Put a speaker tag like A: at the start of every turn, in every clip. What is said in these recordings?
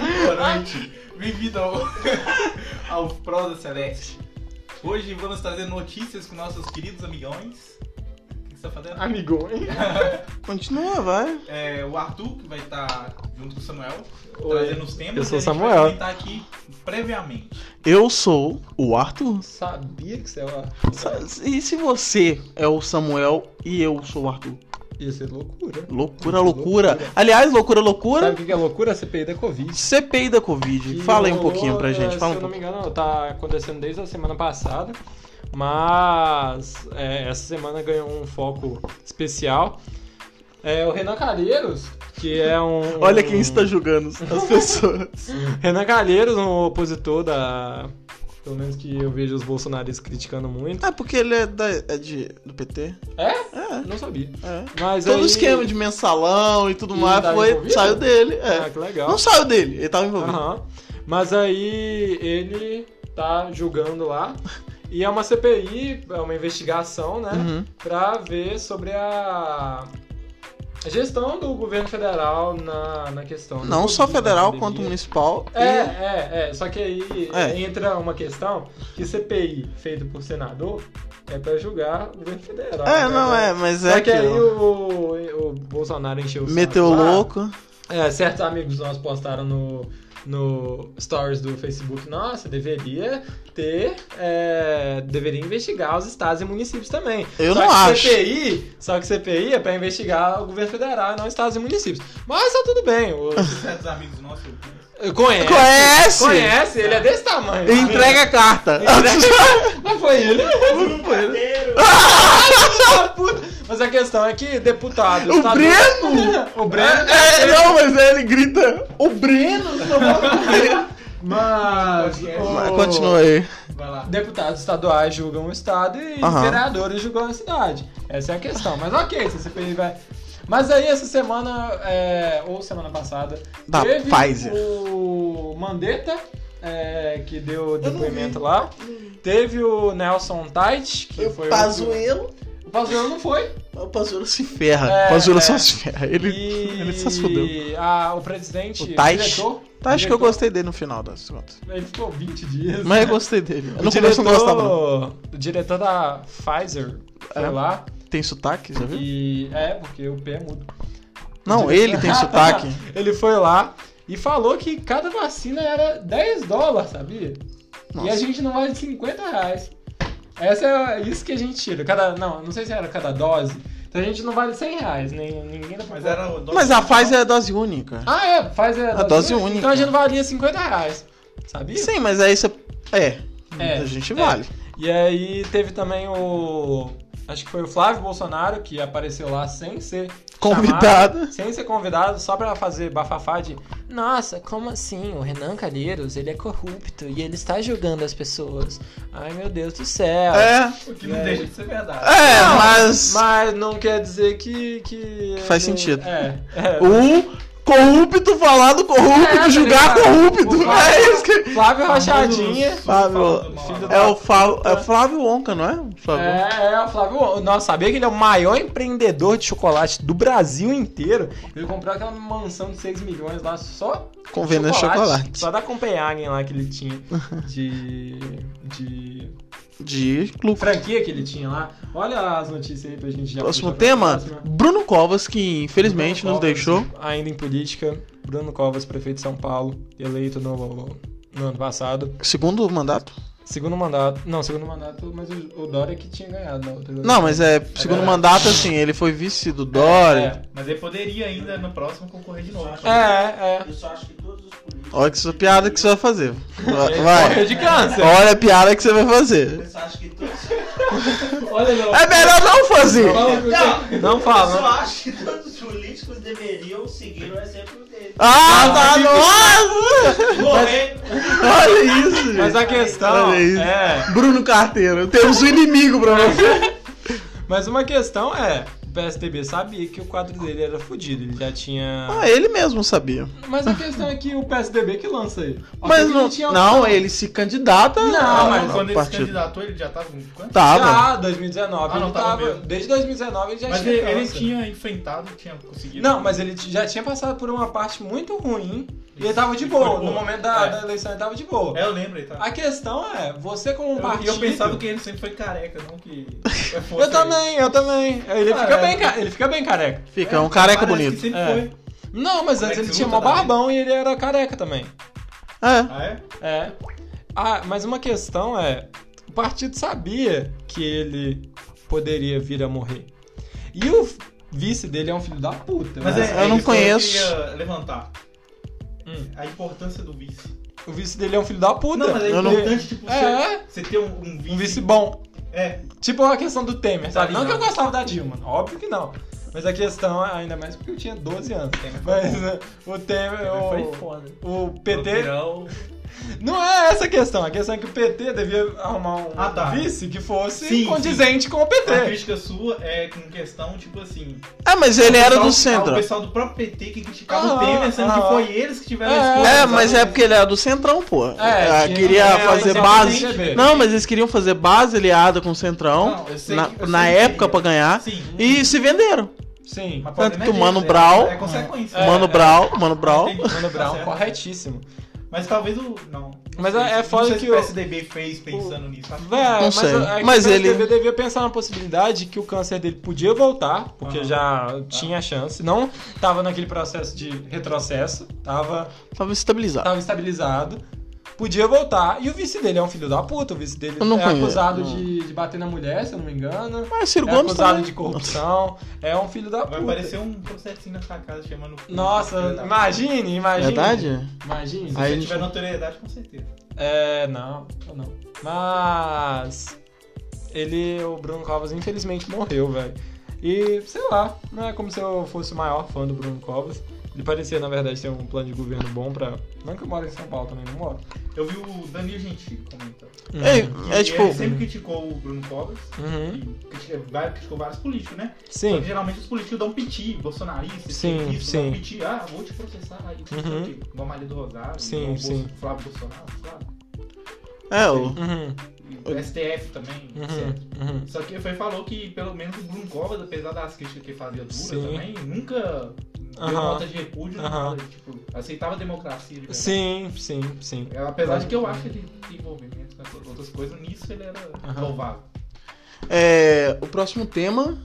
A: noite! Bem-vindo ao, ao Prosa Celeste. Hoje vamos trazer notícias com nossos queridos amigões. O que que você tá fazendo?
B: Amigão, hein? Continua, vai.
A: É, o Arthur, que vai estar junto com o Samuel,
C: Oi.
A: trazendo os temas.
B: Eu sou
A: e a gente
B: Samuel.
A: vai comentar aqui previamente.
B: Eu sou o Arthur.
C: Sabia que você ia lá.
B: Sa- E se você é o Samuel e eu sou o Arthur?
C: Ia ser loucura. Loucura.
B: Loucura, loucura. Aliás, loucura,
C: Sabe
B: loucura.
C: o que que é loucura? CPI da Covid.
B: CPI da Covid. Fala aí um pouquinho pra gente.
C: é, Se
B: Fala um
C: eu não me
B: pouquinho.
C: engano, tá acontecendo desde a semana passada. Mas é, essa semana ganhou um foco especial. É o Renan Calheiros, que é um.
B: Olha quem está julgando as pessoas.
C: Renan Calheiros, um opositor da. Pelo menos que eu vejo os bolsonaristas criticando muito.
B: Ah, porque ele é, da, é de, do PT?
C: É?
B: É,
C: Não sabia.
B: é.
C: Mas
B: Todo
C: aí-
B: o esquema de mensalão e tudo
C: E
B: mais
C: tava
B: foi,
C: envolvido?
B: saiu dele. É.
C: Ah, que legal.
B: Não saiu dele, ele tava envolvido.
C: Aham. Mas aí ele tá julgando lá. E é uma CPI, é uma investigação, né?
B: Uhum.
C: Pra ver sobre a a gestão do governo federal na, na questão. né,
B: Não só
C: da
B: federal
C: pandemia.
B: quanto municipal.
C: É,
B: E-
C: é, é. Só que aí
B: É.
C: entra uma questão que CPI feito por senador é pra julgar o governo federal.
B: É,
C: né,
B: não
C: velho?
B: é, mas
C: Só
B: é
C: que aí Ah.
B: aquilo.
C: o, o Bolsonaro encheu o saco
B: Meteu
C: lá.
B: louco.
C: É, certos amigos nossos postaram no, no stories do Facebook, nossa, deveria ter, é, deveria investigar os estados e municípios também.
B: Eu
C: só
B: não
C: que
B: acho.
C: CPI, só que CPI é pra investigar o governo federal e não estados e municípios. Mas tá tudo bem, o,
A: Certos amigos nossos. eu conheço.
C: conhece,
B: Conhece?
C: conhece, ele é desse tamanho.
B: Entrega a carta.
C: Não foi ele. é um
A: Carteiro.
C: Mas a questão é que deputado...
B: O
C: estadual-
B: Breno?
C: o Breno...
B: É, é, não, mas aí ele grita. O Breno?
C: Mas...
B: Mas
C: o-
B: Continua aí.
A: Vai lá.
C: Deputados estaduais julgam o estado e
B: Aham.
C: vereadores julgam a cidade. Essa é a questão. Mas ok, se a CPI vai. Mas aí essa semana, é, ou semana passada,
B: Da
C: teve
B: Pfizer.
C: o Mandetta, é, que deu depoimento lá. Teve o Nelson Tait, que foi o.
B: Pazuello.
C: O Pazuello não foi.
B: O Pazuello se ferra.
C: É,
B: o Pazuello
C: é.
B: só se ferra. Ele,
C: e
B: ele só se fudeu.
C: a- o presidente,
B: O Tait?
C: diretor.
B: Tá, acho que eu
C: diretor,
B: gostei dele no final das contas.
C: Ele ficou 20 dias.
B: Mas eu gostei dele. Eu
C: O
B: não começo a não gostava, não.
C: O diretor da Pfizer foi
B: É.
C: lá.
B: Tem sotaque, já viu?
C: E é, porque o pé é mudo.
B: Não,
C: Diretor-
B: ele tem
C: Ah, tá.
B: sotaque.
C: Ele foi lá e falou que cada vacina era 10 dólares, sabia? E a
B: Nossa.
C: gente não vale 50 reais. Essa é isso que a gente tira. Cada, não, não sei se era cada dose. Então a gente não vale 100 reais, nem, ninguém da
A: Mas era o
B: Mas a Pfizer é dose única.
C: Ah, é, faz a,
B: A dose única.
C: Então a gente não valia 50 reais, sabia?
B: Sim, mas aí você. É.
C: É,
B: a gente
C: é.
B: vale.
C: E aí teve também o. Acho que foi o Flávio Bolsonaro que apareceu lá sem ser
B: Convidado.
C: chamado, sem ser convidado, só pra fazer bafafá de. Nossa, como assim? O Renan Calheiros, ele é corrupto e ele está julgando as pessoas. Ai meu Deus do céu.
B: É.
A: O que não deixa de ser verdade.
B: É, mas.
C: Mas não quer dizer que. que
B: Faz
C: ele-
B: sentido.
C: É. é.
B: O Um corrupto falar do
C: É,
B: corrupto,
C: tá
B: julgar
C: ligado? O
B: corrupto.
C: Flávio-
B: É isso que.
C: Flávio Rachadinha.
B: Fábio.
A: Filho
B: É o Flávio, é o Flávio Onca, não é? O Flávio.
C: É, é, o Flávio. Nossa, sabia que ele é o maior empreendedor de chocolate do Brasil inteiro. Ele comprou aquela mansão de 6 milhões lá só.
B: Com venda de chocolate.
C: Só da Copenhagen lá que ele tinha. De. de.
B: De lucro.
C: franquia que ele tinha lá. Olha as notícias aí pra gente já.
B: Próximo
C: puxar pra
B: tema:
C: próxima.
B: Bruno Covas, que infelizmente
C: Bruno
B: nos
C: Covas,
B: deixou.
C: Ainda em política, Bruno Covas, prefeito de São Paulo, eleito no, no ano passado.
B: Segundo mandato?
C: Segundo mandato. Não, segundo mandato, mas o, o Dória que tinha ganhado na outra.
B: Não, mas é. Segundo
C: verdade.
B: mandato, assim, ele foi vice do
C: É.
B: Dória.
A: Mas ele poderia ainda no próximo concorrer de novo.
C: É, é.
D: Eu só acho que todos os políticos.
B: Olha que sua piada que você vai fazer. Vai-
C: Ele
B: Vai.
C: Morreu de câncer.
B: Olha a piada que você vai fazer.
D: Eu só acho que todos.
C: Olha, não.
B: É melhor não fazer.
C: Não, não
D: Eu só
C: fala. né?
D: acho que todos os políticos deveriam seguir o exemplo dele.
B: Ah, tá, nossa!
D: Morrer.
B: Olha isso, gente.
C: Mas a questão
B: Olha isso.
C: é.
B: Bruno Carteiro, temos um inimigo pra você.
C: Mas uma questão é. PSDB sabia que o quadro dele era fodido, ele já tinha.
B: Ah, ele mesmo sabia.
C: Mas a questão é que o PSDB que lança ele. Ó,
B: Mas
C: ele
B: não,
C: tinha
B: não,
C: opção.
B: ele se candidata.
C: Não,
B: a-
A: Ah,
B: Tá.
A: mas
B: ao
A: quando ele se
B: partido.
A: candidatou, ele já tava com quanto?
B: Tava.
C: Já, 2019.
A: Ah, não,
C: ele
A: tava
C: tava.
A: mesmo.
C: Desde 2019 ele já
A: Mas
C: tinha.
A: ele, ele
C: câncer.
A: tinha enfrentado, tinha conseguido.
C: Não, mas ele t- já tinha passado por uma parte muito ruim e ele tava de
A: Ele foi
C: boa.
A: de
C: No
A: boa.
C: momento da,
A: É.
C: da eleição ele tava de boa.
A: É, eu lembro, ele tava.
C: A questão é, você como um
A: Eu- E
C: partido.
A: eu, pensava que ele sempre foi careca, não que. fosse
C: Eu também, eu também. Ele
A: Ah,
C: fica,
A: é.
C: bem, ca- ele fica bem careca.
B: Fica um careca
A: parece
B: bonito.
A: Que sempre
C: É.
A: foi.
C: Não, mas antes
A: Alex
C: ele tinha mó
A: é Luta também.
C: barbão e ele era careca também.
B: É.
A: Ah, é?
C: É. Ah, mas uma questão é: o partido sabia que ele poderia vir a morrer. E o vice dele é um filho da puta.
A: Mas
C: né?
A: é,
B: eu não
A: isso que
B: conheço.
A: queria levantar.
C: Hum.
A: A importância do vice.
C: O vice dele é um filho da puta.
A: Não, mas é
B: Eu não-
A: importante, tipo, você,
C: É.
A: você ter um, um vice.
C: Um vice bom.
A: É,
C: Tipo a questão do Temer,
A: Sabe,
C: sabe? Não, que eu
A: não.
C: gostava da Dilma, óbvio que não. Mas a questão, é ainda mais porque eu tinha 12 anos.
A: Temer foi
C: Mas né, o Temer,
A: Temer foi
C: o,
A: foda.
C: o PT.
A: Vampirão.
C: Não é essa a questão. A questão é que o PT devia arrumar um
A: Ah, tá.
C: vice que fosse
A: Sim,
C: condizente com o
A: A
C: PT.
A: crítica sua é com questão, tipo assim.
B: É, mas ele
A: o
B: era
A: pessoal-
B: do centro.
A: O pessoal do próprio PT que criticava
C: Ah,
A: o Temer, sendo
C: ah.
A: que foi eles que tiveram
C: É,
A: a escolha.
B: É, mas é
A: sabe?
B: porque ele era do Centrão, pô.
C: É,
B: Ah,
C: tinha-
B: queria
C: é,
B: fazer
C: mas é
B: base.
C: PSDB.
B: Não, mas eles queriam fazer base aliada com o Centrão
A: Não, eu sei
B: na,
A: que- eu
B: na
A: sei que
B: época
A: queria.
B: pra ganhar.
A: Sim.
B: E se venderam.
C: Sim.
A: Mas o
B: Tanto
A: problema
B: que o
A: é
B: Mano
A: deles,
B: Brown-
A: É, é consequência.
C: É,
B: Mano
C: é.
B: Brown, Mano Brown.
A: Entendi.
C: Mano
A: Tá
C: Brown,
A: certo.
C: corretíssimo.
A: Mas talvez o. Não. não
C: Mas
A: sei.
C: é- é foda
A: não sei
C: que
A: se
C: o-
A: o PSDB fez pensando nisso. Acho que
C: Véi,
A: não.
B: Não
C: mas,
B: sei,
C: a- a-
B: mas
C: o
B: ele-
C: PSDB devia pensar na possibilidade que o câncer dele podia voltar, porque
B: Ah.
A: Aham.
C: já tinha chance. Não tava naquele processo de retrocesso, tava
B: Tava estabilizado.
C: tava estabilizado, podia voltar. E o vice dele é um filho da puta. O vice dele
B: Eu não
C: é
B: conheço,
C: acusado
B: não.
C: de, de bater na mulher, se eu não me engano.
B: Mas Ciro
C: É
B: Gomes tá-
C: acusado
B: também.
C: de corrupção. É um filho da puta.
A: Vai aparecer um processinho na sua casa chamando.
C: Nossa,
A: Filho da-
C: imagine, imagine.
B: Verdade?
C: Imagine.
A: Se
B: Aí-
A: você tiver notoriedade, com certeza.
C: É, não, eu não. Mas. Ele, o Bruno Covas, infelizmente morreu, velho. E, sei lá, não é como se eu fosse o maior fã do Bruno Covas. Ele parecia, na verdade, ter um plano de governo bom pra. Não que eu moro em São Paulo também, não moro.
A: Eu vi o Danilo Gentili comentando.
B: É, é
A: E
B: tipo.
A: Uhum. Ele sempre criticou o Bruno Covas.
C: Uhum.
A: e critica- vai- Criticou vários políticos, né? Só
C: Sim.
A: que geralmente os políticos dão piti, bolsonaristas,
C: Sim,
A: petista,
C: sim.
A: dão piti, ah, vou te processar aí, não sei
C: Uhum.
A: o quê. igual a Maria do Rosário,
C: Sim,
A: igual o
C: sim.
A: Bolso- Flávio Bolsonaro, claro.
B: É, o.
C: Uhum.
A: E o STF também, etc.
C: uhum.
A: Só que foi falou que pelo menos o Bruno Covas, apesar das críticas que ele fazia dura
C: Sim.
A: também, nunca deu
C: Aham.
A: nota de repúdio,
C: Aham.
A: nada, tipo, aceitava a democracia de verdade. É,
C: Sim, sim, sim.
A: Apesar de que eu acho que ele tem envolvimento com essas outras coisas, nisso ele era
C: Aham.
A: louvável.
B: É, o próximo tema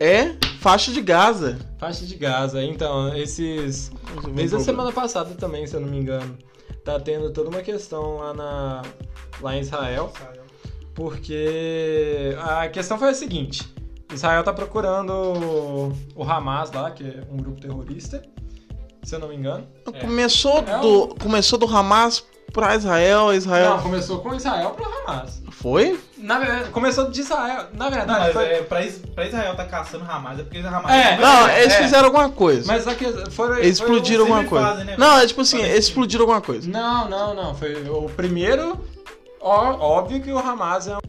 B: é faixa de Gaza.
C: Faixa de Gaza, então, esses.
B: Vamos ver
C: Desde a
B: o problema.
C: semana passada também, se eu não me engano. Tá tendo toda uma questão lá na. lá em Israel. Porque a questão foi a seguinte: Israel tá procurando o Hamas lá, que é um grupo terrorista, se eu não me engano.
B: Começou
C: É
B: do, começou do Hamas pra Israel, Israel.
C: Não, começou com Israel pro Hamas.
B: Foi?
C: Na verdade, começou de Israel. Na
A: Não,
C: verdade,
A: mas
C: foi.
A: é, pra, Is- pra Israel tá caçando Hamas, é porque Hamas
C: É,
B: Não, eles
C: é.
B: fizeram alguma coisa.
C: Mas a que... foi, um
B: Eles
C: foi o-
B: explodiram
A: sempre
B: alguma coisa.
A: fazem, né?
B: Não, é tipo assim,
A: Parece
B: eles
A: que-
B: explodiram alguma coisa.
C: Não, não, não. Foi o primeiro. ó- óbvio que o Hamas é um.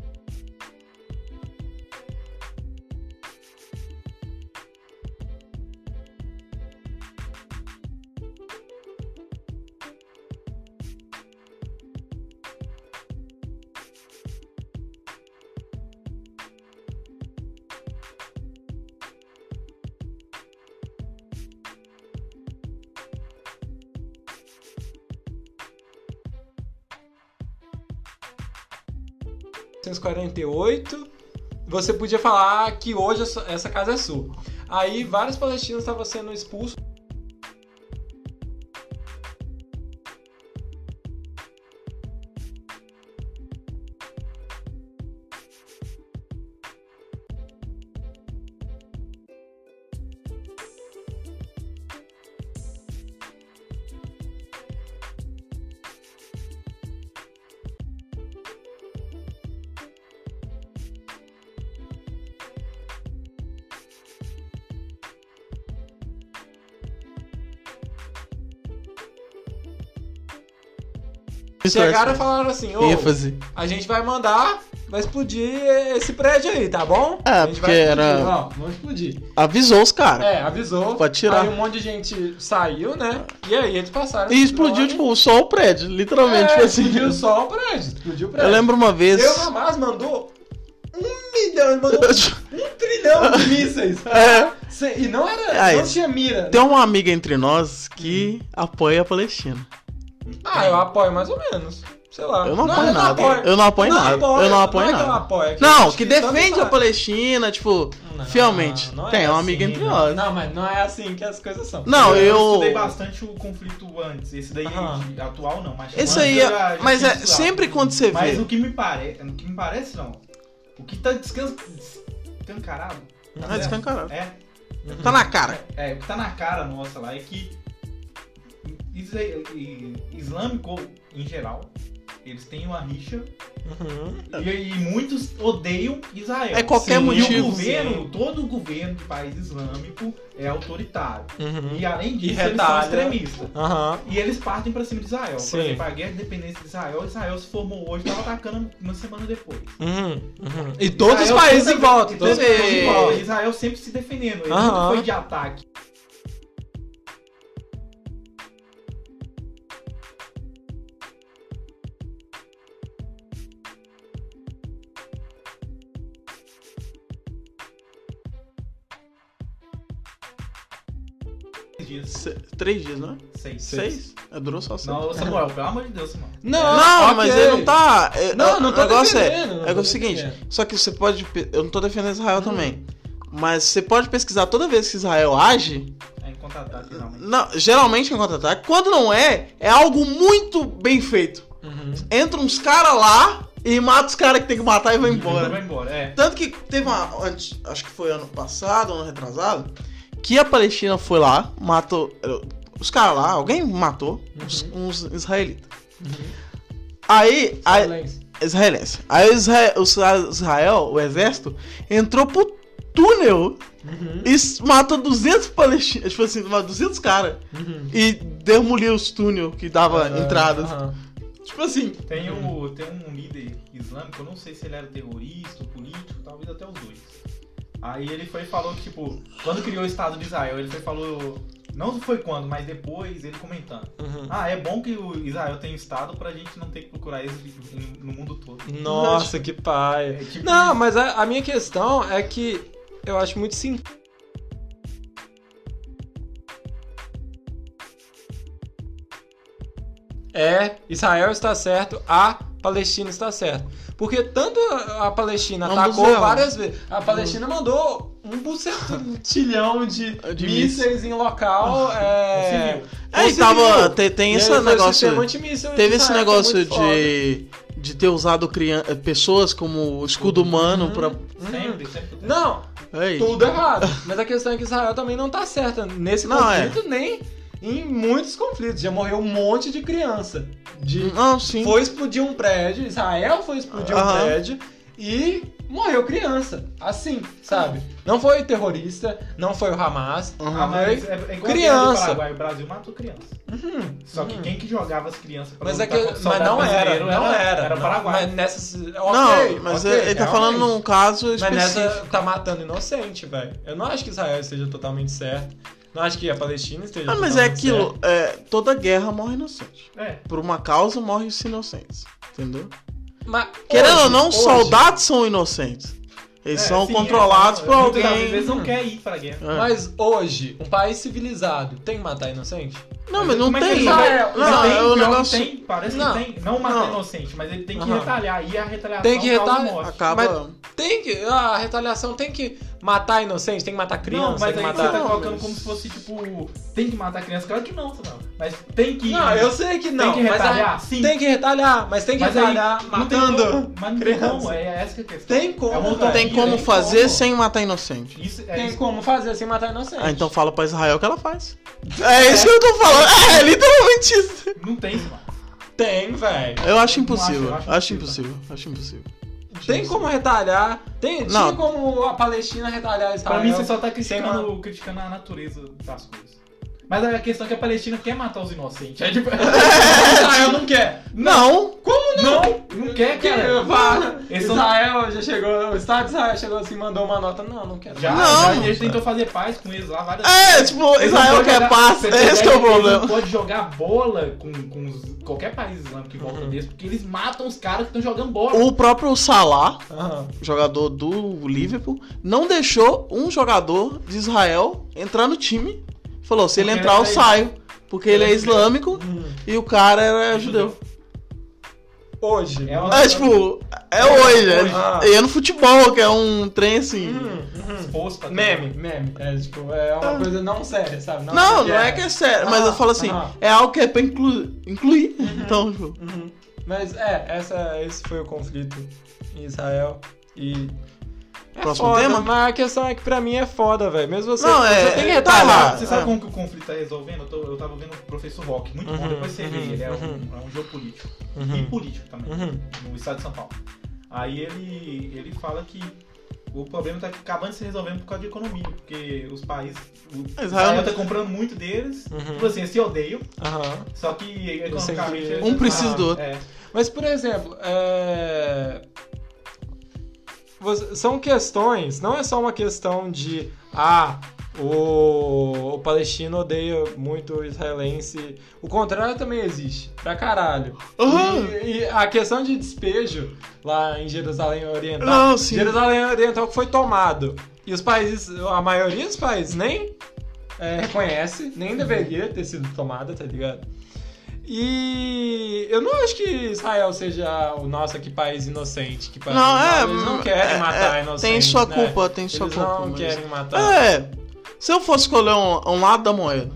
C: em 1948. Você podia falar que hoje essa- essa casa é sua. Aí vários palestinos estavam sendo expulsos.
B: Isso é-
C: Chegaram e falaram assim: ô,
B: ênfase. Então, é
C: assim, a gente vai mandar Vai explodir esse prédio aí, tá bom?
B: É,
C: A gente vai
B: porque
C: explodir.
B: era-
C: Não, vamos explodir.
B: Avisou os caras.
C: É, avisou.
B: Pode tirar.
C: Aí um monte de gente saiu, né? E aí eles passaram.
B: E
C: drone.
B: explodiu, tipo, só o prédio, literalmente.
C: É,
B: foi assim.
C: explodiu só o prédio. Explodiu o
B: Eu
C: prédio.
B: lembro uma vez.
C: Deus Hamas mandou um milhão, ele mandou um trilhão de mísseis.
B: É.
C: Cê- E não era.
B: Ah,
C: não
B: esse-
C: tinha mira.
B: Tem uma amiga entre nós que apoia a Palestina.
C: Ah, eu apoio mais ou menos. Sei lá.
B: Eu não apoio nada.
C: apoio.
B: Eu não apoio nada. Eu não apoio
C: é que eu
B: nada.
C: apoio, é que eu
B: Não,
C: acho
B: que
C: todo
B: defende
C: mundo
B: a
C: sabe.
B: Palestina, tipo,
C: Não,
B: fielmente.
C: não é
B: Tem uma
C: assim,
B: amiga entre
C: não.
B: nós.
C: Não, mas não é assim que as coisas são.
B: Não, eu.
A: É, estudei bastante o conflito antes. Esse daí
C: Aham.
A: de- atual não, mas.
B: Esse
A: antes
B: aí,
A: eu já- já
B: mas
A: tinha
B: é
A: estudado.
B: sempre quando você
A: Mas
B: vê.
A: o que me parece. O que me parece não. O que tá descan- descancarado. tá
B: Ah,
A: certo?
B: descancarado.
A: É,
B: Tá na cara.
A: é, o que tá na cara nossa lá é que isa- e- islâmico em geral, eles têm uma rixa
C: Uhum.
A: e, e muitos odeiam Israel.
B: É
A: Sim,
B: qualquer
A: E o
B: motivo.
A: governo, todo o governo do país islâmico é autoritário.
C: Uhum.
A: E além disso,
C: E
A: eles são
C: retalha.
A: extremistas.
C: Aham.
A: E eles partem pra cima de Israel.
C: Sim.
A: Por exemplo, a guerra de independência de Israel, Israel se formou hoje, tava atacando uma semana depois.
C: Uhum. Uhum. E todos os
A: Israel
C: países
A: sempre-
C: em volta.
A: e
C: Todos os
A: todos os países em volta.
C: países.
A: É. Israel sempre se defendendo. Ele
C: Aham.
A: nunca foi de ataque. Dias.
B: Se- Três dias, não é?
A: Seis.
B: Seis? É, durou só seis.
A: Não, Samuel, pelo amor de Deus, mano.
C: Não,
B: Não,
C: ok.
B: mas ele não tá. é,
C: Não, não
B: O
C: tô
B: negócio é.
C: defendendo, não
B: É
C: tô
B: o seguinte,
C: defendendo.
B: só que você pode. pe- Eu não tô defendendo Israel também. Mas você pode pesquisar toda vez que Israel age.
A: É contratado, finalmente.
B: Não, geralmente é um contra-ataque. Quando não é, é algo muito bem feito.
C: Uhum.
B: Entra uns caras lá e mata os caras que tem que matar e vai embora.
A: Vai embora, é.
B: Tanto que teve uma. antes- acho que foi ano passado, ano retrasado, que a Palestina foi lá, matou. eh, Os caras lá, alguém matou uns,
C: Uhum.
B: uns israelitas. Aí, a,
C: Silêncio.
B: israelense. Aí Israel, os caras- Israel, o exército, entrou pro túnel
C: Uhum.
B: e s- matou 200 palestinos, tipo assim, matou 200 caras
C: Uhum.
B: e demoliu os túnel que dava entradas.
C: Aham.
B: Tipo assim,
A: Tem,
C: Uhum.
A: o, tem um líder islâmico, eu não sei se ele era terrorista, político, talvez até os dois. Aí ele foi e falou que, tipo, quando criou o Estado de Israel, ele foi e falou. Não foi quando, mas depois ele comentando.
C: Uhum.
A: Ah, é bom que o Israel tem um Estado pra gente não ter que procurar eles em- no mundo todo.
C: uhum. Nossa, que pai.
A: É tipo
C: Não, mas a, a minha questão é que eu acho muito sim. É, Israel está certo, a Palestina está certo. Porque tanto a- a Palestina
B: Ambos
C: atacou
B: erram.
C: várias vezes.
B: Um
C: A Palestina mandou um bucetilhão de,
B: De
C: mísseis em local. É,
B: aí
C: conseguiu.
B: tava. Tem, tem
C: E
B: esse
C: aí foi o
B: negócio.
C: sistema antimíssil de
B: Teve esse
C: Israel, que é
B: negócio
C: muito foda.
B: de, de ter usado crian- eh, pessoas como escudo humano pra.
A: um- Sempre, sempre.
C: Uhum. Não,
B: Ei.
C: tudo errado. Mas a questão é que Israel também não tá certa nesse
B: Não, é.
C: conflito, nem em muitos conflitos. Já morreu um monte de criança. é De...
B: Não, sim.
C: Foi explodir um prédio, Israel foi explodir
B: Aham.
C: um prédio e morreu criança. Assim, sabe? Não foi terrorista, não foi o Hamas.
A: Ah,
B: Aham.
A: mas é, é igual a guerra do
C: Criança.
A: Paraguai, o Brasil matou criança.
C: Uhum.
A: Só que quem que jogava as crianças pra
C: Mas, é que,
A: lutar contra o
C: mas
A: soldado
C: não era,
A: brasileiro
C: não era.
A: Era o
C: não-
A: Paraguai.
C: Mas nessa. ok,
B: Não, mas
C: ok,
B: ele tá falando
C: realmente.
B: num caso
C: Mas
B: específico.
C: nessa tá matando inocente, velho. Eu não acho que Israel esteja totalmente certo. Não acho que a Palestina esteja
B: Ah, mas é
C: totalmente
B: aquilo, é, toda guerra morre inocente.
A: É.
B: Por uma causa morrem os inocentes, entendeu?
C: certa. Mas
B: Querendo
C: hoje-
B: ou não,
C: hoje-
B: soldados são inocentes. Eles
A: É,
B: são
A: sim,
B: controlados
A: é,
B: por
A: muitas das
B: alguém.
A: vezes não quer ir pra guerra.
B: É.
C: Ah. Mas hoje, um país civilizado tem que matar inocente?
B: Não, mas não
A: Como é que
B: tem.
A: ele
B: Não,
A: vai-
C: Israel-
B: não,
A: ele
B: é o
A: pior que
B: negócio.
A: tem, parece
C: Não.
A: que tem. Não mata
B: Não.
A: inocente, mas ele tem que
C: Aham.
A: retalhar. E a retaliação
C: Tem que
A: causa
C: retalhar-
A: morte.
B: Acaba.
C: Tem que. A retaliação tem que matar inocente, tem que matar criança,
A: não, mas
C: tem
A: aí
C: que
A: você
C: matar.
A: tá
B: Não,
A: colocando
B: mas-
A: como se fosse, tipo, tem que matar a criança. Claro que não, Samuel. Mas tem que.
C: Não, eu sei que não.
A: né? Tem que
C: mas
A: retalhar,
C: aí-
A: sim.
C: Tem que retalhar, mas tem que
A: mas aí,
C: retalhar
A: não tem
C: matando.
A: como. Mas não tem
C: criança.
A: como, é essa que é a questão.
C: Tem como,
A: É uma
C: velho.
A: utopia,
B: Tem como
A: tem
B: fazer
A: como.
B: sem matar inocente.
A: Isso, é
C: Tem
A: isso.
C: como fazer sem matar inocente.
B: Ah, então fala pra Israel que ela faz. É isso que eu tô falando. É literalmente isso.
A: Não tem, Samuel.
C: Tem, velho.
B: Eu acho
A: Eu
B: impossível.
A: não
B: Acho,
A: acho, eu acho
B: impossível. Acho impossível.
C: Tem como retalhar. Tem, tinha
B: Não.
C: como a Palestina retalhar Israel.
A: Pra mim, você só tá
B: é
C: Sem
A: criticando, criticando a natureza das coisas. Mas a questão é que a Palestina quer matar os inocentes. É tipo...
C: Israel não quer.
B: Não!
C: Como
A: Não, não quer, cara.
C: Vá.
A: Eles são-
C: Israel já chegou, o Estado de Israel chegou assim, mandou uma nota. Não, não quero.
A: Já,
B: Não.
A: já, a gente tentou fazer paz com eles lá várias
B: É, tipo,
A: Eles não
B: Israel
A: podem
B: quer
A: jogar-
B: paz.
A: você
B: Esse
A: percebe
B: que é o
A: eles
B: problema.
A: Não pode jogar bola com, com os- qualquer país islâmico que volta
C: Uhum.
A: desse, porque eles matam os caras que estão jogando bola.
B: O próprio Salah,
C: Aham.
B: jogador do Liverpool, não deixou um jogador de Israel entrar no time. Falou, se ele
A: Porque
B: entrar, eu
A: ele é-
B: saio. Porque ele é islâmico e o cara era é judeu.
C: Hoje.
A: É uma-
B: É tipo, é hoje.
C: Ah.
B: é- E é no futebol, que é um trem assim.
C: Hum, hum.
A: Exposto pra um-
C: Meme, meme. É tipo, é uma coisa não séria, sabe?
B: Não, não é que é sério, mas
C: Ah,
B: eu falo assim,
C: ah.
B: é algo que é pra inclu- incluir. Então, tipo,
C: Uhum. Mas é, essa, esse foi o conflito em Israel e. É
B: Próximo
C: foda,
B: tema?
C: Mas a questão é que pra mim é foda, velho. Mesmo você.
B: Não, é-
C: Você tem que
B: tá
C: retalhar.
B: lá.
A: Você sabe como que o conflito tá resolvendo? Eu, tô- eu tava vendo o professor Rock, muito bom,
C: Uhum,
A: depois você vê,
C: uhum,
A: ele é
C: uhum.
A: um, é um geopolítico. E
C: Uhum.
A: político também,
C: Uhum.
A: no estado de São Paulo. Aí ele, ele fala que o problema tá acabando de se resolvendo por causa de economia, porque os países. O
B: Israel
A: Israel
B: não-
A: tá comprando muito deles.
C: Uhum.
A: Tipo assim, eles se odeiam,
C: Aham.
A: só que
C: sei que
A: economicamente. eles-
B: um precisa do outro.
A: É.
C: Mas, por exemplo, é... você- são questões, não é só uma questão de, ah, o... o palestino odeia muito o israelense. O contrário também existe, pra caralho.
B: Aham.
C: E, e a questão de despejo lá em Jerusalém Oriental.
B: Não, Ah, sim.
C: Jerusalém Oriental que foi tomado. E os países, a maioria dos países nem é, reconhece, nem deveria ter sido tomada, tá ligado? E eu não acho que Israel seja o nosso que país inocente, que país
B: Não, é.
C: eles não querem
B: é,
C: matar
B: é,
C: inocentes.
B: Tem sua
C: né?
B: culpa, tem sua
C: Eles
B: culpa.
C: não
B: mas-
C: querem matar.
B: É. Se eu fosse escolher um, um lado da moeda,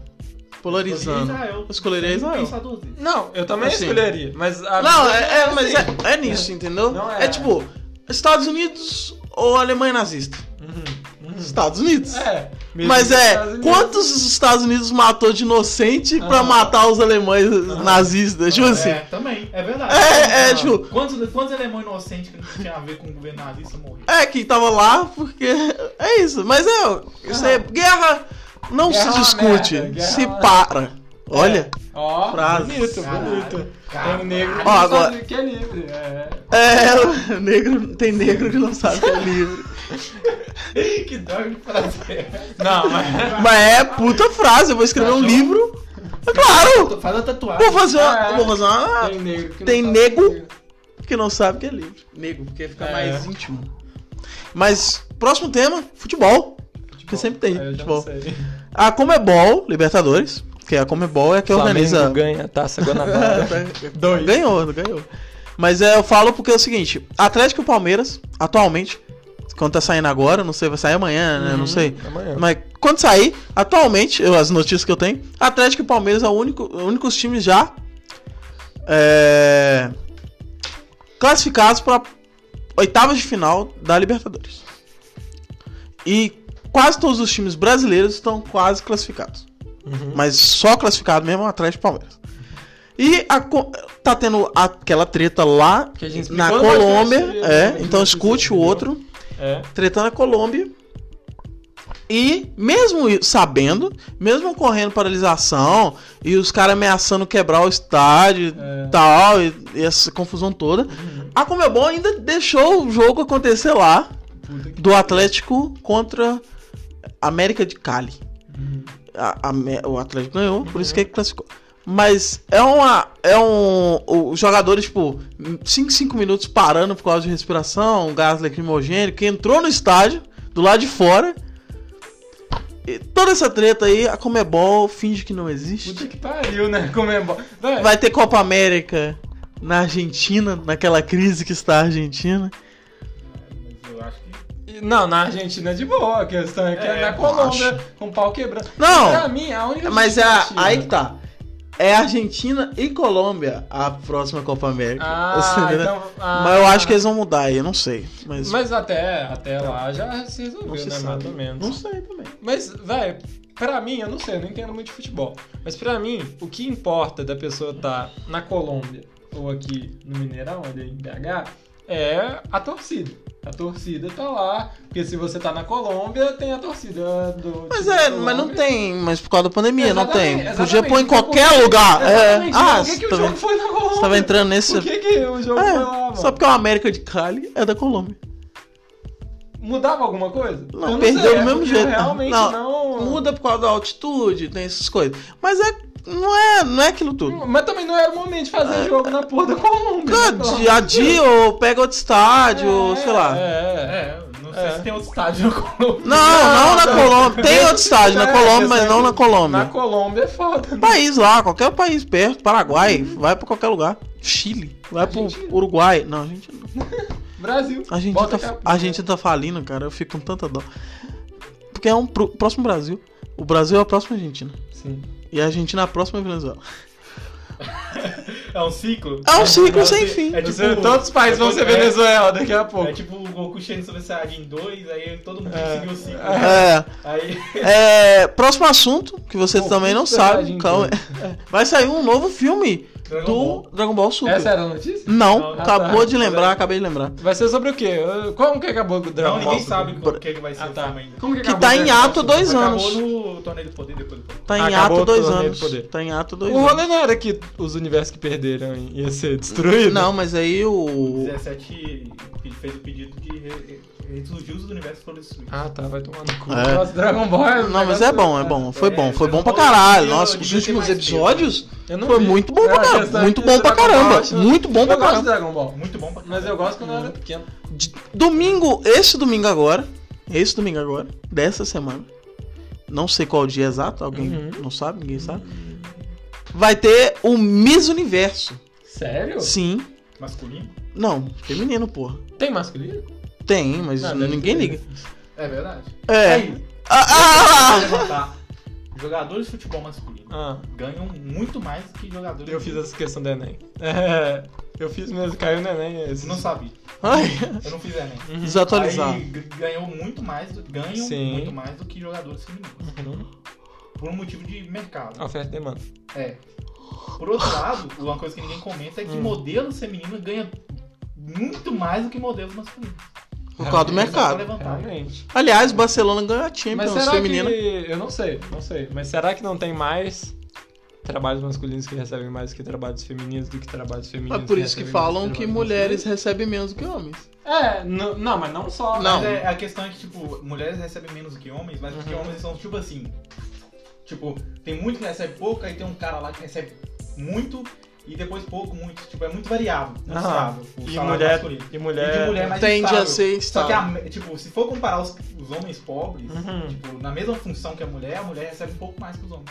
B: polarizando,
A: Israel.
B: eu escolheria
A: Tem que
B: Israel.
A: pensar duas vezes.
C: Não, eu também
B: Assim.
C: escolheria, mas a
B: Não,
C: minha-
B: é, é, mas é, é nisso, entendeu?
C: Não é.
B: é. tipo, Estados Unidos ou Alemanha nazista?
C: Uhum, uhum.
B: Estados Unidos.
C: É, mesmo
B: Mas
C: nos
B: é,
C: Estados Unidos.
B: quantos os Estados Unidos matou de inocente pra
C: Aham.
B: matar os alemães nazistas? Tipo assim.
A: É, também, é verdade.
B: É, é, tipo.
A: Quantos, quantos alemães inocentes que não tinha a ver com o governo nazista morreram?
B: É, que tava lá porque. É isso, mas é. Isso aí, é- guerra não
C: Guerra é
B: se
C: uma
B: discute,
C: merda, guerra é
B: se
C: uma-
B: para. Olha.
C: Ó,
B: Frase.
C: bonito,
A: Caralho.
C: bonito. Tem
A: Caralho.
C: um negro que
B: Ó,
C: não
B: agora-
C: sabe que é livre. É.
B: É, negro, tem negro que não sabe que é livre.
A: que dói de prazer.
C: Não, mas...
B: Mas é puta frase, eu vou escrever um
C: Tá
A: Achou?
B: livro. É claro!
A: Faz a tatuagem.
B: Vou fazer uma.
C: É.
A: Ah,
B: Vou fazer uma. ah,
C: Tem negro que
B: Tem
C: não sabe que é
B: nego?
C: livre.
B: que não sabe que é livre. Negro, porque fica
C: É.
B: mais íntimo. Mas, próximo tema, futebol. Porque sempre tem tipo,
C: Aí tipo, eu já
B: futebol.
C: não sei.
B: A Comebol, Libertadores, que a Comebol é a que organiza...
C: ganha a taça Dois.
B: ganhou, ganhou. Mas é, eu falo porque é o seguinte, Atlético e Palmeiras, atualmente, quando tá saindo agora, não sei, vai sair amanhã, né,
C: Uhum.
B: não sei.
C: Amanhã.
B: Mas quando sair, atualmente, eu- as notícias que eu tenho, Atlético e Palmeiras é o único, únicos times já é, classificados para oitavas de final da Libertadores. E quase todos os times brasileiros estão quase classificados.
C: Uhum.
B: Mas só classificado mesmo é o Atlético e Palmeiras. E a co- tá tendo aquela treta lá
C: Que a gente
B: na
C: explicou no
B: Colômbia.
C: podcast,
B: É,
C: né?
B: então
C: Não sei se
B: escute o
C: entendeu.
B: outro
C: É.
B: tretando a Colômbia. E mesmo i- sabendo, mesmo ocorrendo paralisação e os caras ameaçando quebrar o
C: É.
B: estádio
C: Uhum.
B: e tal, e, e essa confusão toda, a Comebol ainda deixou o jogo acontecer lá
C: Puta que...
B: do Atlético contra a América de Cali.
C: Uhum.
B: A- a me- o Atlético ganhou, por isso que ele classificou. Mas é uma. É um. o- Os jogadores, tipo, 5, 5 minutos parando por causa de respiração, um gás lacrimogêneo, que entrou no estádio, do lado de fora. E toda essa treta aí, a Comebol finge que não
C: Puta
B: existe.
C: que pariu, né? Como é bom. Véi,
B: Vai ter Copa América na Argentina, naquela crise que está a Argentina.
A: Mas eu acho que.
C: Não, na Argentina é de boa. A questão é que é,
A: É,
C: na
A: eu
C: Colômbia, com o pau quebrando.
B: Não!
C: Pra mim, a única
B: Mas é a-
C: justificativa-
B: aí que tá. É Argentina e Colômbia a próxima Copa América. Você
C: Ah,
B: entendeu?
C: então... ah.
B: Mas eu acho que é eles vão mudar aí, eu não sei. Mas,
C: Mas até, até lá já se
B: não
C: resolveu,
B: se
C: né? Mais
B: sabe.
C: ou menos.
B: Não sei também.
C: Mas, velho, pra mim, eu não sei, eu não entendo muito de futebol. Mas pra mim, o que importa da pessoa tá estar na Colômbia ou aqui no Mineirão, ali em BH, é a torcida. A torcida tá lá, porque se você tá na Colômbia, tem a torcida do.
B: Mas
C: time
B: é,
C: da
B: mas não
C: Colômbia.
B: tem, mas por causa da pandemia,
C: Exatamente,
B: não tem.
C: exatamente.
B: Podia pôr em
C: Então, por
B: qualquer
C: que-
B: lugar. É.
C: Exatamente,
B: Ah,
C: por que, que
B: você
C: o
B: tá
C: jogo
B: vendo-
C: foi na Colômbia?
B: você tava entrando nesse.
C: Por que, que o jogo foi lá,
B: É,
C: mano?
B: só porque o América de Cali é da Colômbia.
C: Mudava alguma coisa?
B: Não,
C: Eu
B: perdeu
C: sei,
B: do
C: é
B: mesmo
C: porque
B: jeito.
C: Realmente
B: Não,
C: não.
B: Muda por causa da altitude, tem essas coisas. Mas é, não é, não é aquilo tudo.
C: Mas também não era o momento de
B: Ah.
C: fazer jogo na porra da Colômbia. né, pelo
B: Dia a dia, ou pega outro estádio, ou
C: É,
B: sei lá.
C: É,
A: É,
C: é.
A: não sei
C: É.
A: se tem outro estádio na Colômbia.
B: Não, não, na Colômbia. Tem outro estádio Ah, na
C: É,
B: Colômbia, mas
C: essa-
B: não na
C: Na
B: Colômbia. Um
C: Colômbia é foda, né?
B: País lá, qualquer país perto, Paraguai, vai pra qualquer lugar. Chile, vai pro
C: Uhum. Argentina.
B: Uruguai. Não, a gente não.
C: Brasil.
B: A gente,
C: Bota
B: tá,
C: aquela-
B: a gente tá falindo, cara. Eu fico com tanta dó. Porque é um pro- próximo Brasil. O Brasil é a próxima Argentina.
C: Sim.
B: E a Argentina é a próxima Venezuela.
A: É um ciclo?
B: É um ciclo sem
A: é,
B: fim.
A: É tipo,
C: todos os países vão ser
A: é-
C: Venezuela daqui a
A: É,
C: pouco.
A: tipo o Goku Shin Super Saiyajin 2, aí todo mundo
C: É.
A: seguiu o ciclo.
B: É,
A: Aí,
B: é, próximo assunto, que você
C: Bom,
B: também não
C: isso é
B: sabe.
C: Argentina.
B: Calma. aí. Vai sair um novo filme
A: Dragon
B: do
A: Ball.
B: Dragon Ball
A: tipo-
B: Super.
C: Essa era a notícia?
A: Ah,
B: Não, acabou
C: tá.
B: de lembrar, acabei de lembrar.
C: Vai ser sobre o quê? Eu- Como que acabou o
A: Não,
C: Dragon
A: ninguém
C: Ball?
A: sabe o que, que vai ser
C: Ah,
A: o
C: tá.
A: filme ainda.
C: Como
B: Que
C: acabou
B: tá
C: o
B: em
C: Dragon Ball
B: ato
C: Super?
B: dois anos.
A: Acabou no Torneio do Poder depois do Poder.
B: Tá em
C: Acabou
B: ato dois
C: o torneio
B: anos.
C: do poder.
B: Tá em ato dois
C: O
B: anos.
C: rolê não era que os universos que perderam ia ser destruído?
B: Não, mas aí o.
A: 17 pe- fez o pedido de re- re- ressurgir os universos foram destruídos.
C: Ah, tá, vai tomar no cu.
B: É.
C: Nossa, Dragon Ball é um
B: Não, mas
C: negócio-
B: é bom, é bom. Foi
A: É,
B: bom, foi
A: Dragon
B: bom pra
A: Ball
B: caralho.
A: devia-
B: Nossa, os
A: devia ter mais
B: últimos
A: tempo.
B: episódios
C: Eu não
B: foi
C: vi.
B: muito bom
C: É,
B: pra
C: a
B: caramba.
C: questão é
B: Muito
C: que
B: bom pra
C: Dragon Ball eu
B: caramba.
C: acho-
B: Muito bom pra
C: Eu gosto de
B: caramba.
C: Dragon Ball.
A: Muito bom pra caralho.
C: Mas eu gosto quando eu era pequeno.
B: De- Domingo, esse domingo agora. Esse domingo agora, dessa semana. Não sei qual dia exato, alguém
C: Uhum.
B: não sabe, ninguém sabe. Vai ter o Miss Universo.
C: Sério?
B: Sim.
A: Masculino?
B: Não, feminino, porra.
C: Tem masculino?
B: Tem, mas
C: Não, Ah, deve
B: ninguém
C: ter.
B: liga.
A: É verdade.
B: É.
A: Aí,
B: Ah, ah, ah,
A: levantar. Jogadores de futebol masculino
C: Ah,
A: ganham muito mais que jogadores.
C: eu fiz essa questão do Enem. É, eu fiz mesmo, caiu no Enem. é Esse.
A: Não sabia.
B: ah. Ai,
A: Eu não fiz Enem.
B: desatualizar.
A: Aí g- ganhou muito mais, do- ganham
C: Sim.
A: muito mais do que é jogadores femininos.
C: Uhum.
A: Por um motivo de mercado.
C: Oferta e demanda.
A: É. Por outro lado, uma coisa que ninguém comenta é que modelos femininos ganham muito mais do que modelos masculinos.
B: Por causa do
A: Isso é só
B: mercado.
A: levantar.
C: Realmente.
B: Aliás, o Barcelona ganhou a
C: Mas
B: Champions
C: será
B: feminina.
C: que... Eu não sei, não sei. Mas será que não tem mais trabalhos masculinos que recebem mais do que trabalhos femininos do que trabalhos femininos?
B: Mas por isso
A: é
B: que
C: recebem mais
B: falam que
C: trabalhos
B: mulheres recebem menos que homens.
C: masculinos? É, não, não, mas não só.
B: Não.
A: Mas é, a questão é que, tipo, mulheres recebem menos que homens, mas porque homens são, tipo assim. Tipo, tem muito que recebe pouco, aí tem um cara lá que recebe muito e depois pouco, muito. Tipo, é muito variável. Muito
C: Ah,
A: estável, o
C: E
A: salário
C: mulher,
A: masculino.
C: e
A: E
C: mulher.
A: de mulher é mais
B: Tende a
A: estável.
B: ser
A: Só que,
B: estável.
A: a- tipo, se for comparar os, os homens pobres,
C: Tá. Uhum.
A: tipo, na mesma função que a mulher, a mulher recebe um pouco mais que os homens.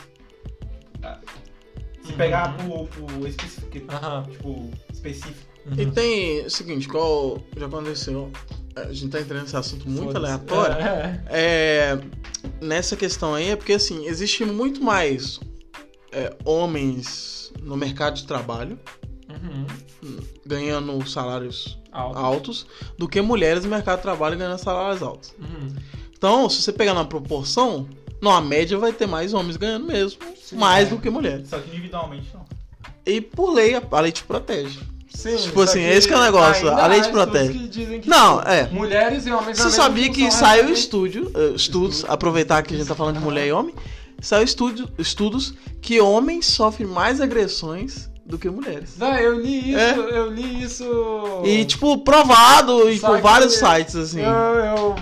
A: Tá.
C: Uhum.
A: Se pegar pro, pro específico,
C: Aham.
A: tipo, específico.
B: E
C: uhum.
B: tem é o seguinte, qual já aconteceu, a gente tá entrando nesse assunto muito
C: Foda-se.
B: aleatório.
C: É,
B: É, nessa questão aí é porque assim, existe muito mais é, homens no mercado de trabalho
C: é. Uhum.
B: ganhando salários
C: Alto.
B: altos do que mulheres no mercado de trabalho ganhando salários altos.
C: Uhum.
B: Então, se você pegar na proporção, não, a média vai ter mais homens ganhando mesmo,
C: Sim.
B: mais do que mulheres.
A: Só que individualmente não.
B: E por lei, a a lei te protege.
C: Sim,
B: Tipo
C: só
B: assim, esse que é o negócio,
C: ainda
B: a lei
C: há
B: te
C: estudos
B: protege.
C: que dizem que,
B: Não,
C: tipo,
B: é.
C: Mulheres e homens na
B: Você
C: mesma
B: sabia que
C: função
B: saiu
C: recebem-
B: estúdio, eh,
C: Uhum.
B: estudos, aproveitar que a gente tá falando de mulher e homem, saiu estúdio, estudos que homens sofrem mais agressões do que mulheres.
C: Ah, eu li isso,
B: É.
C: eu li isso.
B: E, tipo, provado e
C: Só
B: por vários
C: Oh. que- Ah.
B: sites, assim.
C: eu, eu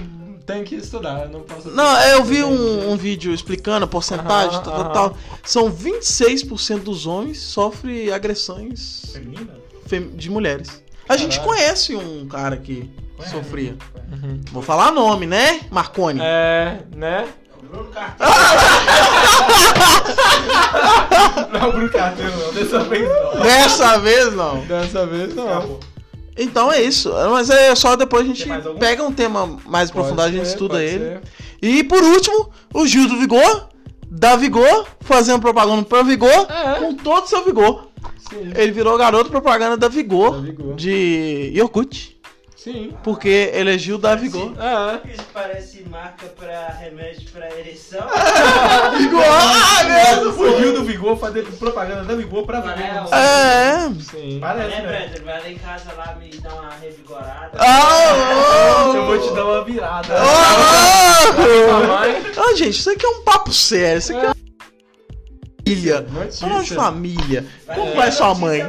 C: tenho que estudar, eu não posso.
B: Não, eu vi
C: tenho
B: um, um
C: que-
B: vídeo explicando a porcentagem,
C: Aham,
B: tal, tal,
C: aham.
B: tal. São 26% dos homens sofrem agressões
A: Feminina?
B: fem- de mulheres. A gente
C: Caralho.
B: conhece um cara que
A: Conhece?
B: sofria.
A: Conhece.
C: Uhum.
B: Vou falar nome, né? Marconi.
C: É, né?
D: É o Bruno Carteiro.
A: Não, brincadeira, não. Dessa vez não.
B: Dessa vez, não.
C: Dessa vez não.
A: Acabou.
B: Então é isso. Mas é só depois a gente
A: Tem mais algum?
B: pega um tema mais aprofundado, a gente
C: ser,
B: estuda
C: pode
B: ele.
C: ser.
B: E por último, o Gil do Vigor, da Vigor, fazendo propaganda pra Vigor,
C: É.
B: com todo o seu vigor.
C: Sim.
B: Ele virou garoto propaganda da Vigor,
C: Da Vigor.
B: de Yorkut,
C: Sim.
B: porque elegiu da Vigor.
C: É.
D: Isso parece marca pra remédio pra ereção.
B: Vigor! Ah, mesmo!
A: Fugiu do Vigor fazer propaganda da Vigor pra Vigor.
B: É.
C: Sim.
A: Parece,
D: Né,
A: né?
D: Brandon? Vai lá em casa lá me dar uma revigorada.
B: Ah,
A: dá uma virada.
B: Ah, ah, gente, isso aqui é um papo sério. Isso aqui é uma família.
C: É. Notícia. É.
B: Fala de família. Como vai sua mãe?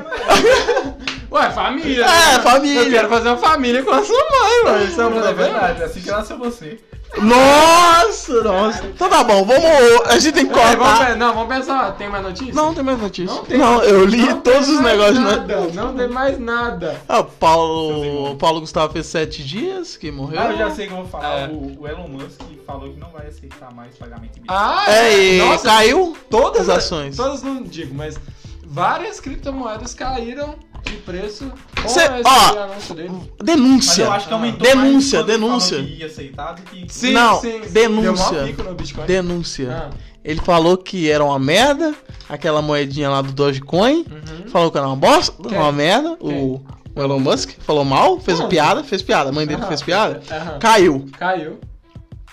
C: Ué, família.
B: É,
C: né?
B: família.
C: Eu quero fazer uma família com a sua mãe, mano. Isso é uma
A: É
C: coisa verdade.
A: verdade, assim que nasceu você.
B: Nossa, nossa. Então tá bom, vamos. A gente tem que
C: É, vamos,
B: cortar.
C: pe- não, vamos pensar. Tem mais notícia?
B: Não, tem mais notícia.
C: Não tem.
B: Não, eu li
C: Não tem
B: todos os
C: mais
B: negócios. né?
C: Nada, um- Não tem mais nada.
B: Ah, o Paulo, o Paulo Gustavo fez sete dias que morreu.
A: Ah, eu já sei o que eu vou falar.
C: É.
A: O, o Elon Musk falou que não vai aceitar mais pagamento em Bitcoin.
C: Ah,
B: É, e
C: nossa,
B: caiu
C: todas
B: as ações.
C: Todas não digo, mas várias criptomoedas caíram de preço com
B: Cê-
C: esse é
B: ó,
C: anúncio dele.
A: Mas eu acho
B: Denúncia.
A: que aumentou mais
B: Denúncia,
A: quando ele falou
B: denúncia.
A: que ia aceitar do que-
C: Sim,
B: Não,
C: sim, sim. Deu
B: denúncia.
C: maior pico no Bitcoin.
B: Denúncia.
C: Ah,
B: Ele falou que era uma merda, aquela moedinha lá do Dogecoin.
C: uhum.
B: Falou que era uma bosta,
C: Quem?
B: uma merda.
C: Quem?
B: O, o Elon Musk falou mal, fez
C: Ah.
B: piada, fez piada. A mãe dele
C: Aham,
B: fez piada.
C: Ah, é, aham.
B: Caiu.
C: Caiu.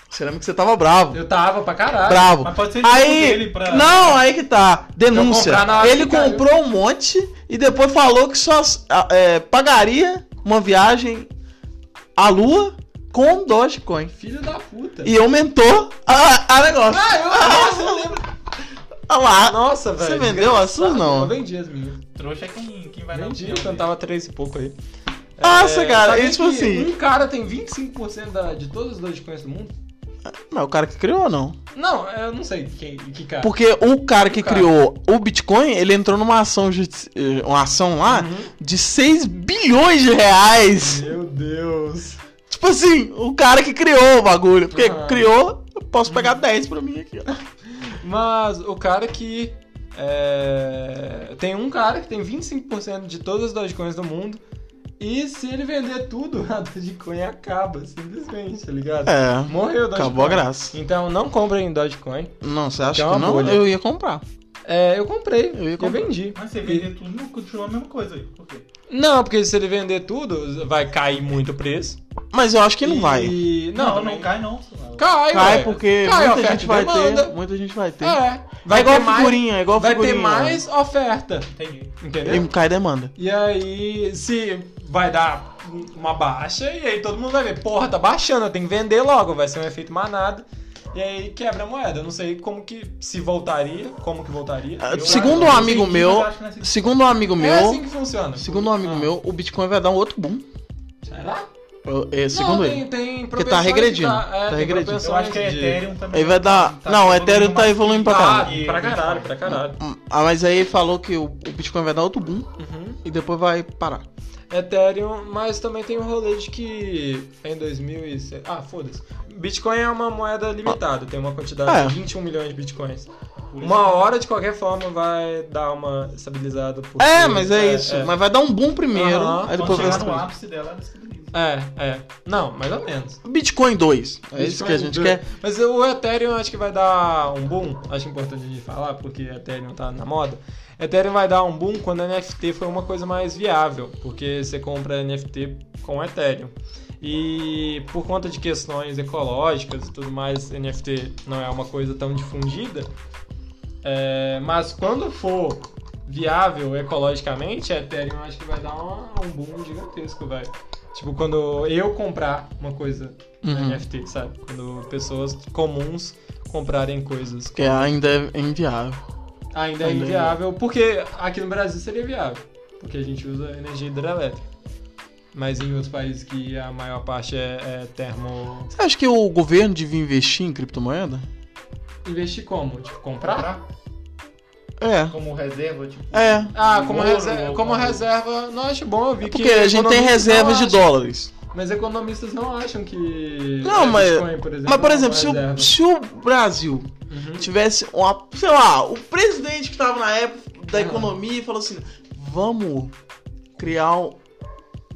B: Você lembra que você tava bravo.
C: Eu tava pra caralho.
B: Bravo.
A: Mas pode ser
B: Aí,
A: tipo dele pra-
B: não, aí que tá. Denúncia.
C: comprar na né? hora
B: Ele
C: que caiu.
B: comprou um monte e depois falou que só ah, é, pagaria uma viagem à lua com Dogecoin.
C: Filho da puta.
B: E aumentou a, a negócio.
C: Ah, eu, nossa, eu lembro.
B: Olha lá.
C: Ah! Nossa, velho. Ah,
B: você vendeu as suas?
C: Eu
B: Não.
C: vendi as minhas.
A: Trouxa é quem, quem vai dar
C: Vendi
A: opinião dele.
C: quando tava três e pouco aí.
B: Nossa, cara,
C: sabia
B: e tipo
C: É, que
B: assim-
C: Um cara tem 25% da, de todos os Dogecoins do mundo?
B: Não, é o cara que criou, não.
C: Não, eu não sei quem, que cara.
B: É. Porque o cara que
C: Cara.
B: criou o Bitcoin, ele entrou numa ação, judici- eh, uma ação lá
C: Uhum.
B: de 6 bilhões de reais.
C: Meu Deus.
B: Tipo assim, o cara que criou o bagulho. Porque
C: Aham.
B: criou, eu posso pegar 10 pra mim aqui, ó.
C: Mas o cara que. é, tem um cara que tem 25% de todas as Dogecoins do mundo. E se ele vender tudo, a Dogecoin acaba, simplesmente, tá ligado?
B: É.
C: Morreu o Dogecoin.
B: Acabou a graça.
C: Então não comprem Dogecoin.
B: Não, você acha
C: Tem
B: que
C: uma
B: não?
C: bolha.
B: Eu ia comprar.
C: É, eu comprei,
B: Eu ia
C: eu,
B: comprar.
C: vendi.
A: Mas você vender tudo não continua a mesma coisa aí. Por quê?
C: Não, porque se ele vender tudo, vai cair muito o preço.
B: Mas eu acho que não vai.
C: E- Não,
A: Não,
C: também
A: não cai não.
C: Cai,
B: Vai
C: ué.
B: porque
C: Cai a
B: muita
C: oferta
B: gente
C: e
B: vai
C: demanda.
B: ter. Muita gente vai ter.
C: É.
B: Vai igual
C: ter mais-
B: figurinha, é igual
C: Vai ter
B: figurinha.
C: mais oferta,
A: Entendi.
B: E
C: entendeu?
B: cai demanda.
C: E aí, se vai dar uma baixa, e aí todo mundo vai ver, porra, tá baixando, eu tenho que vender logo, vai ser um efeito manada. E aí quebra a moeda. Eu não sei como que se voltaria, como que voltaria.
B: Ah,
A: Eu
B: Segundo
A: acho-
B: um
A: eu
B: amigo
A: sei,
B: meu,
A: mas acho que não é assim.
B: segundo um amigo meu,
C: É assim que funciona.
B: segundo um amigo
C: Ah,
B: meu, o Bitcoin vai dar um outro boom.
C: Será?
B: Eu- é, segundo
C: não,
B: ele.
C: Tem, tem
B: Porque tá
C: propensões de
B: regredindo,
C: dar- é,
B: tá
C: tem
B: regredindo.
C: propensões
A: Eu acho que é
C: de-
A: Ethereum também.
B: Ele vai dar- não, o Ethereum tá
A: mais
B: evoluindo pra
A: que-
C: Ah,
B: caralho.
A: que-
C: pra caralho, pra caralho.
B: Ah, mas aí ele falou que o, o Bitcoin vai dar outro boom
C: Uhum.
B: e depois vai parar.
C: Ethereum, mas também tem o rolê de que é em 2006. Ah, foda-se. Bitcoin é uma moeda limitada, tem uma quantidade
B: É.
C: de 21 milhões de bitcoins.
A: Por isso-
C: Uma hora, de qualquer forma, vai dar uma estabilizada. porque-
B: É, mas é, isso.
C: É,
B: Mas vai dar um boom primeiro,
C: Aham.
B: aí
A: Quando
B: depois vai
A: chegar no
B: estabilizar.
A: ápice dela, ela estabiliza.
C: é, é. Não, mais ou menos.
B: Bitcoin 2. É isso que a gente quer.
C: Mas o Ethereum acho que vai dar um boom. Acho importante a gente falar, porque Ethereum tá na moda. Ethereum vai dar um boom quando a NFT foi uma coisa mais viável, porque você compra NFT com Ethereum. E por conta de questões ecológicas e tudo mais, NFT não é uma coisa tão difundida. É, mas quando for viável ecologicamente, Ethereum acho que vai dar uma- um boom gigantesco, velho. Tipo, quando eu comprar uma coisa
B: Uhum.
C: NFT, sabe? Quando pessoas comuns comprarem coisas.
B: Que ainda é inviável.
C: Ainda é
B: Também.
C: inviável, porque aqui no Brasil seria viável, porque a gente usa energia hidrelétrica. Mas em outros países que a maior parte é, é termo.
B: Você acha que o governo devia investir em criptomoeda?
C: Investir como? Tipo, comprar?
A: Comprar
B: É.
A: Como reserva, tipo.
B: É.
C: Ah, como,
A: Ouro,
C: reserva,
A: ou-
C: como reserva. Não acho bom, eu vi
B: Porque
C: que
B: a gente tem
C: economistas
B: reservas
C: não
B: de
C: acham.
B: dólares.
C: Mas economistas não acham que.
B: Não,
C: é,
B: mas-
C: Bitcoin, por exemplo,
B: Mas, por
C: é uma
B: exemplo, se o,
C: reserva.
B: se o Brasil
C: Uhum.
B: tivesse uma. Sei lá, o presidente que tava na época da
C: Ah.
B: economia falou assim: vamos criar um,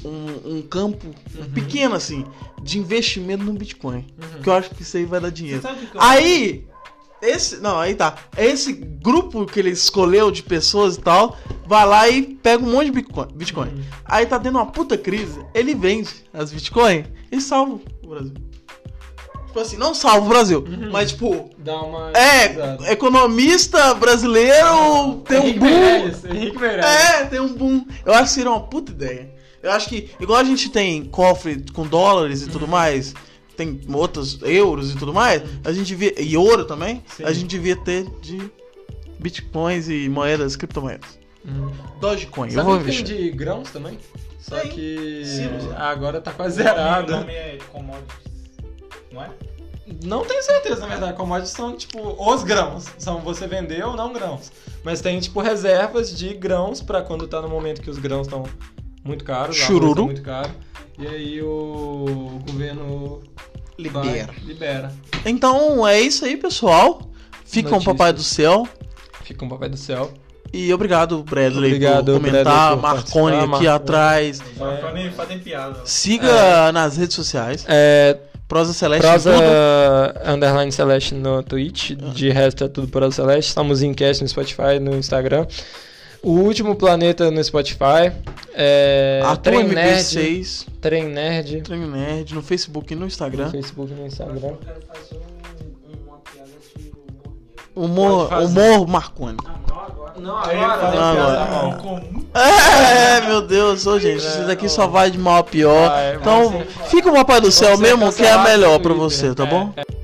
B: um campo pequeno, assim, de investimento no Bitcoin.
C: Uhum. tá
B: Que eu acho que isso aí vai dar dinheiro.
A: Você sabe o que eu-
B: Aí, esse. Não, aí tá. Esse grupo que ele escolheu de pessoas e tal, vai lá e pega um monte de Bitcoin. Bitcoin.
C: Uhum.
B: Aí tá tendo uma puta crise, ele vende as Bitcoin e salva o Brasil. Tipo assim, não salva o Brasil,
C: Uhum.
B: mas tipo.
C: Dá uma.
B: É, economista brasileiro tem um
C: Henrique
B: boom.
C: Meirelles, Henrique Meirelles.
B: É, tem um boom. Eu
C: Uhum.
B: acho que seria uma puta ideia. Eu acho que, igual a gente tem cofre com dólares e tudo mais, tem outros euros e tudo mais, a gente devia. E ouro também,
A: Sim.
B: a gente devia ter de bitcoins e moedas, criptomoedas. Dogecoin, eu
C: Uhum. Sabe
B: vou
C: que tem
B: investir.
C: de grãos também? Só
A: Tem.
C: que
A: Silos.
C: agora tá quase
A: O
C: zerado.
A: nome é commodities, não é?
C: Não tenho certeza, na verdade. Commodities são, tipo, os grãos. São você vender ou não grãos. Mas tem, tipo, reservas de grãos pra quando tá no momento que os grãos estão muito caros. o arroz
B: Chururu.
C: Tá muito caro. E aí o governo vai-
B: Libera.
C: libera.
B: Então é isso aí, pessoal. Fica um
C: Notícias.
B: papai do céu.
C: Fica um papai do céu.
B: E obrigado, Bradley,
C: Obrigado,
B: por comentar.
C: Bradley, por
B: Marconi aqui
C: participar, Marconi.
B: atrás.
A: Só pra nem fazem piada.
B: Siga nas redes sociais.
C: É,
B: Prosa Celeste. em tudo.
C: Prosa Underline Celeste no Twitch, de resto é tudo Prosa Celeste. Estamos em cast no Spotify, no Instagram. O último planeta no Spotify. É,
B: Atua
C: Trem Nerd.
B: MP6,
C: Trem Nerd.
B: Trem Nerd, no Facebook e no
C: No
B: Instagram.
C: Facebook e no Instagram.
D: Eu quero fazer um- uma piada de humor negro.
B: Humor,
C: Pode fazer.
B: humor Marconi.
D: Ah, não agora.
C: Não,
A: Aí ele fala
B: Não,
A: piada
B: agora.
A: mal comum.
B: É, meu Deus, ô gente, isso daqui só vai de mal a pior.
C: Ah, é,
B: Então,
C: vamos
B: fica o papai do céu
C: vamos ser
B: mesmo, que é a
C: cancelados
B: melhor
C: no
B: pra
C: Twitter.
B: você, tá
C: É,
B: bom?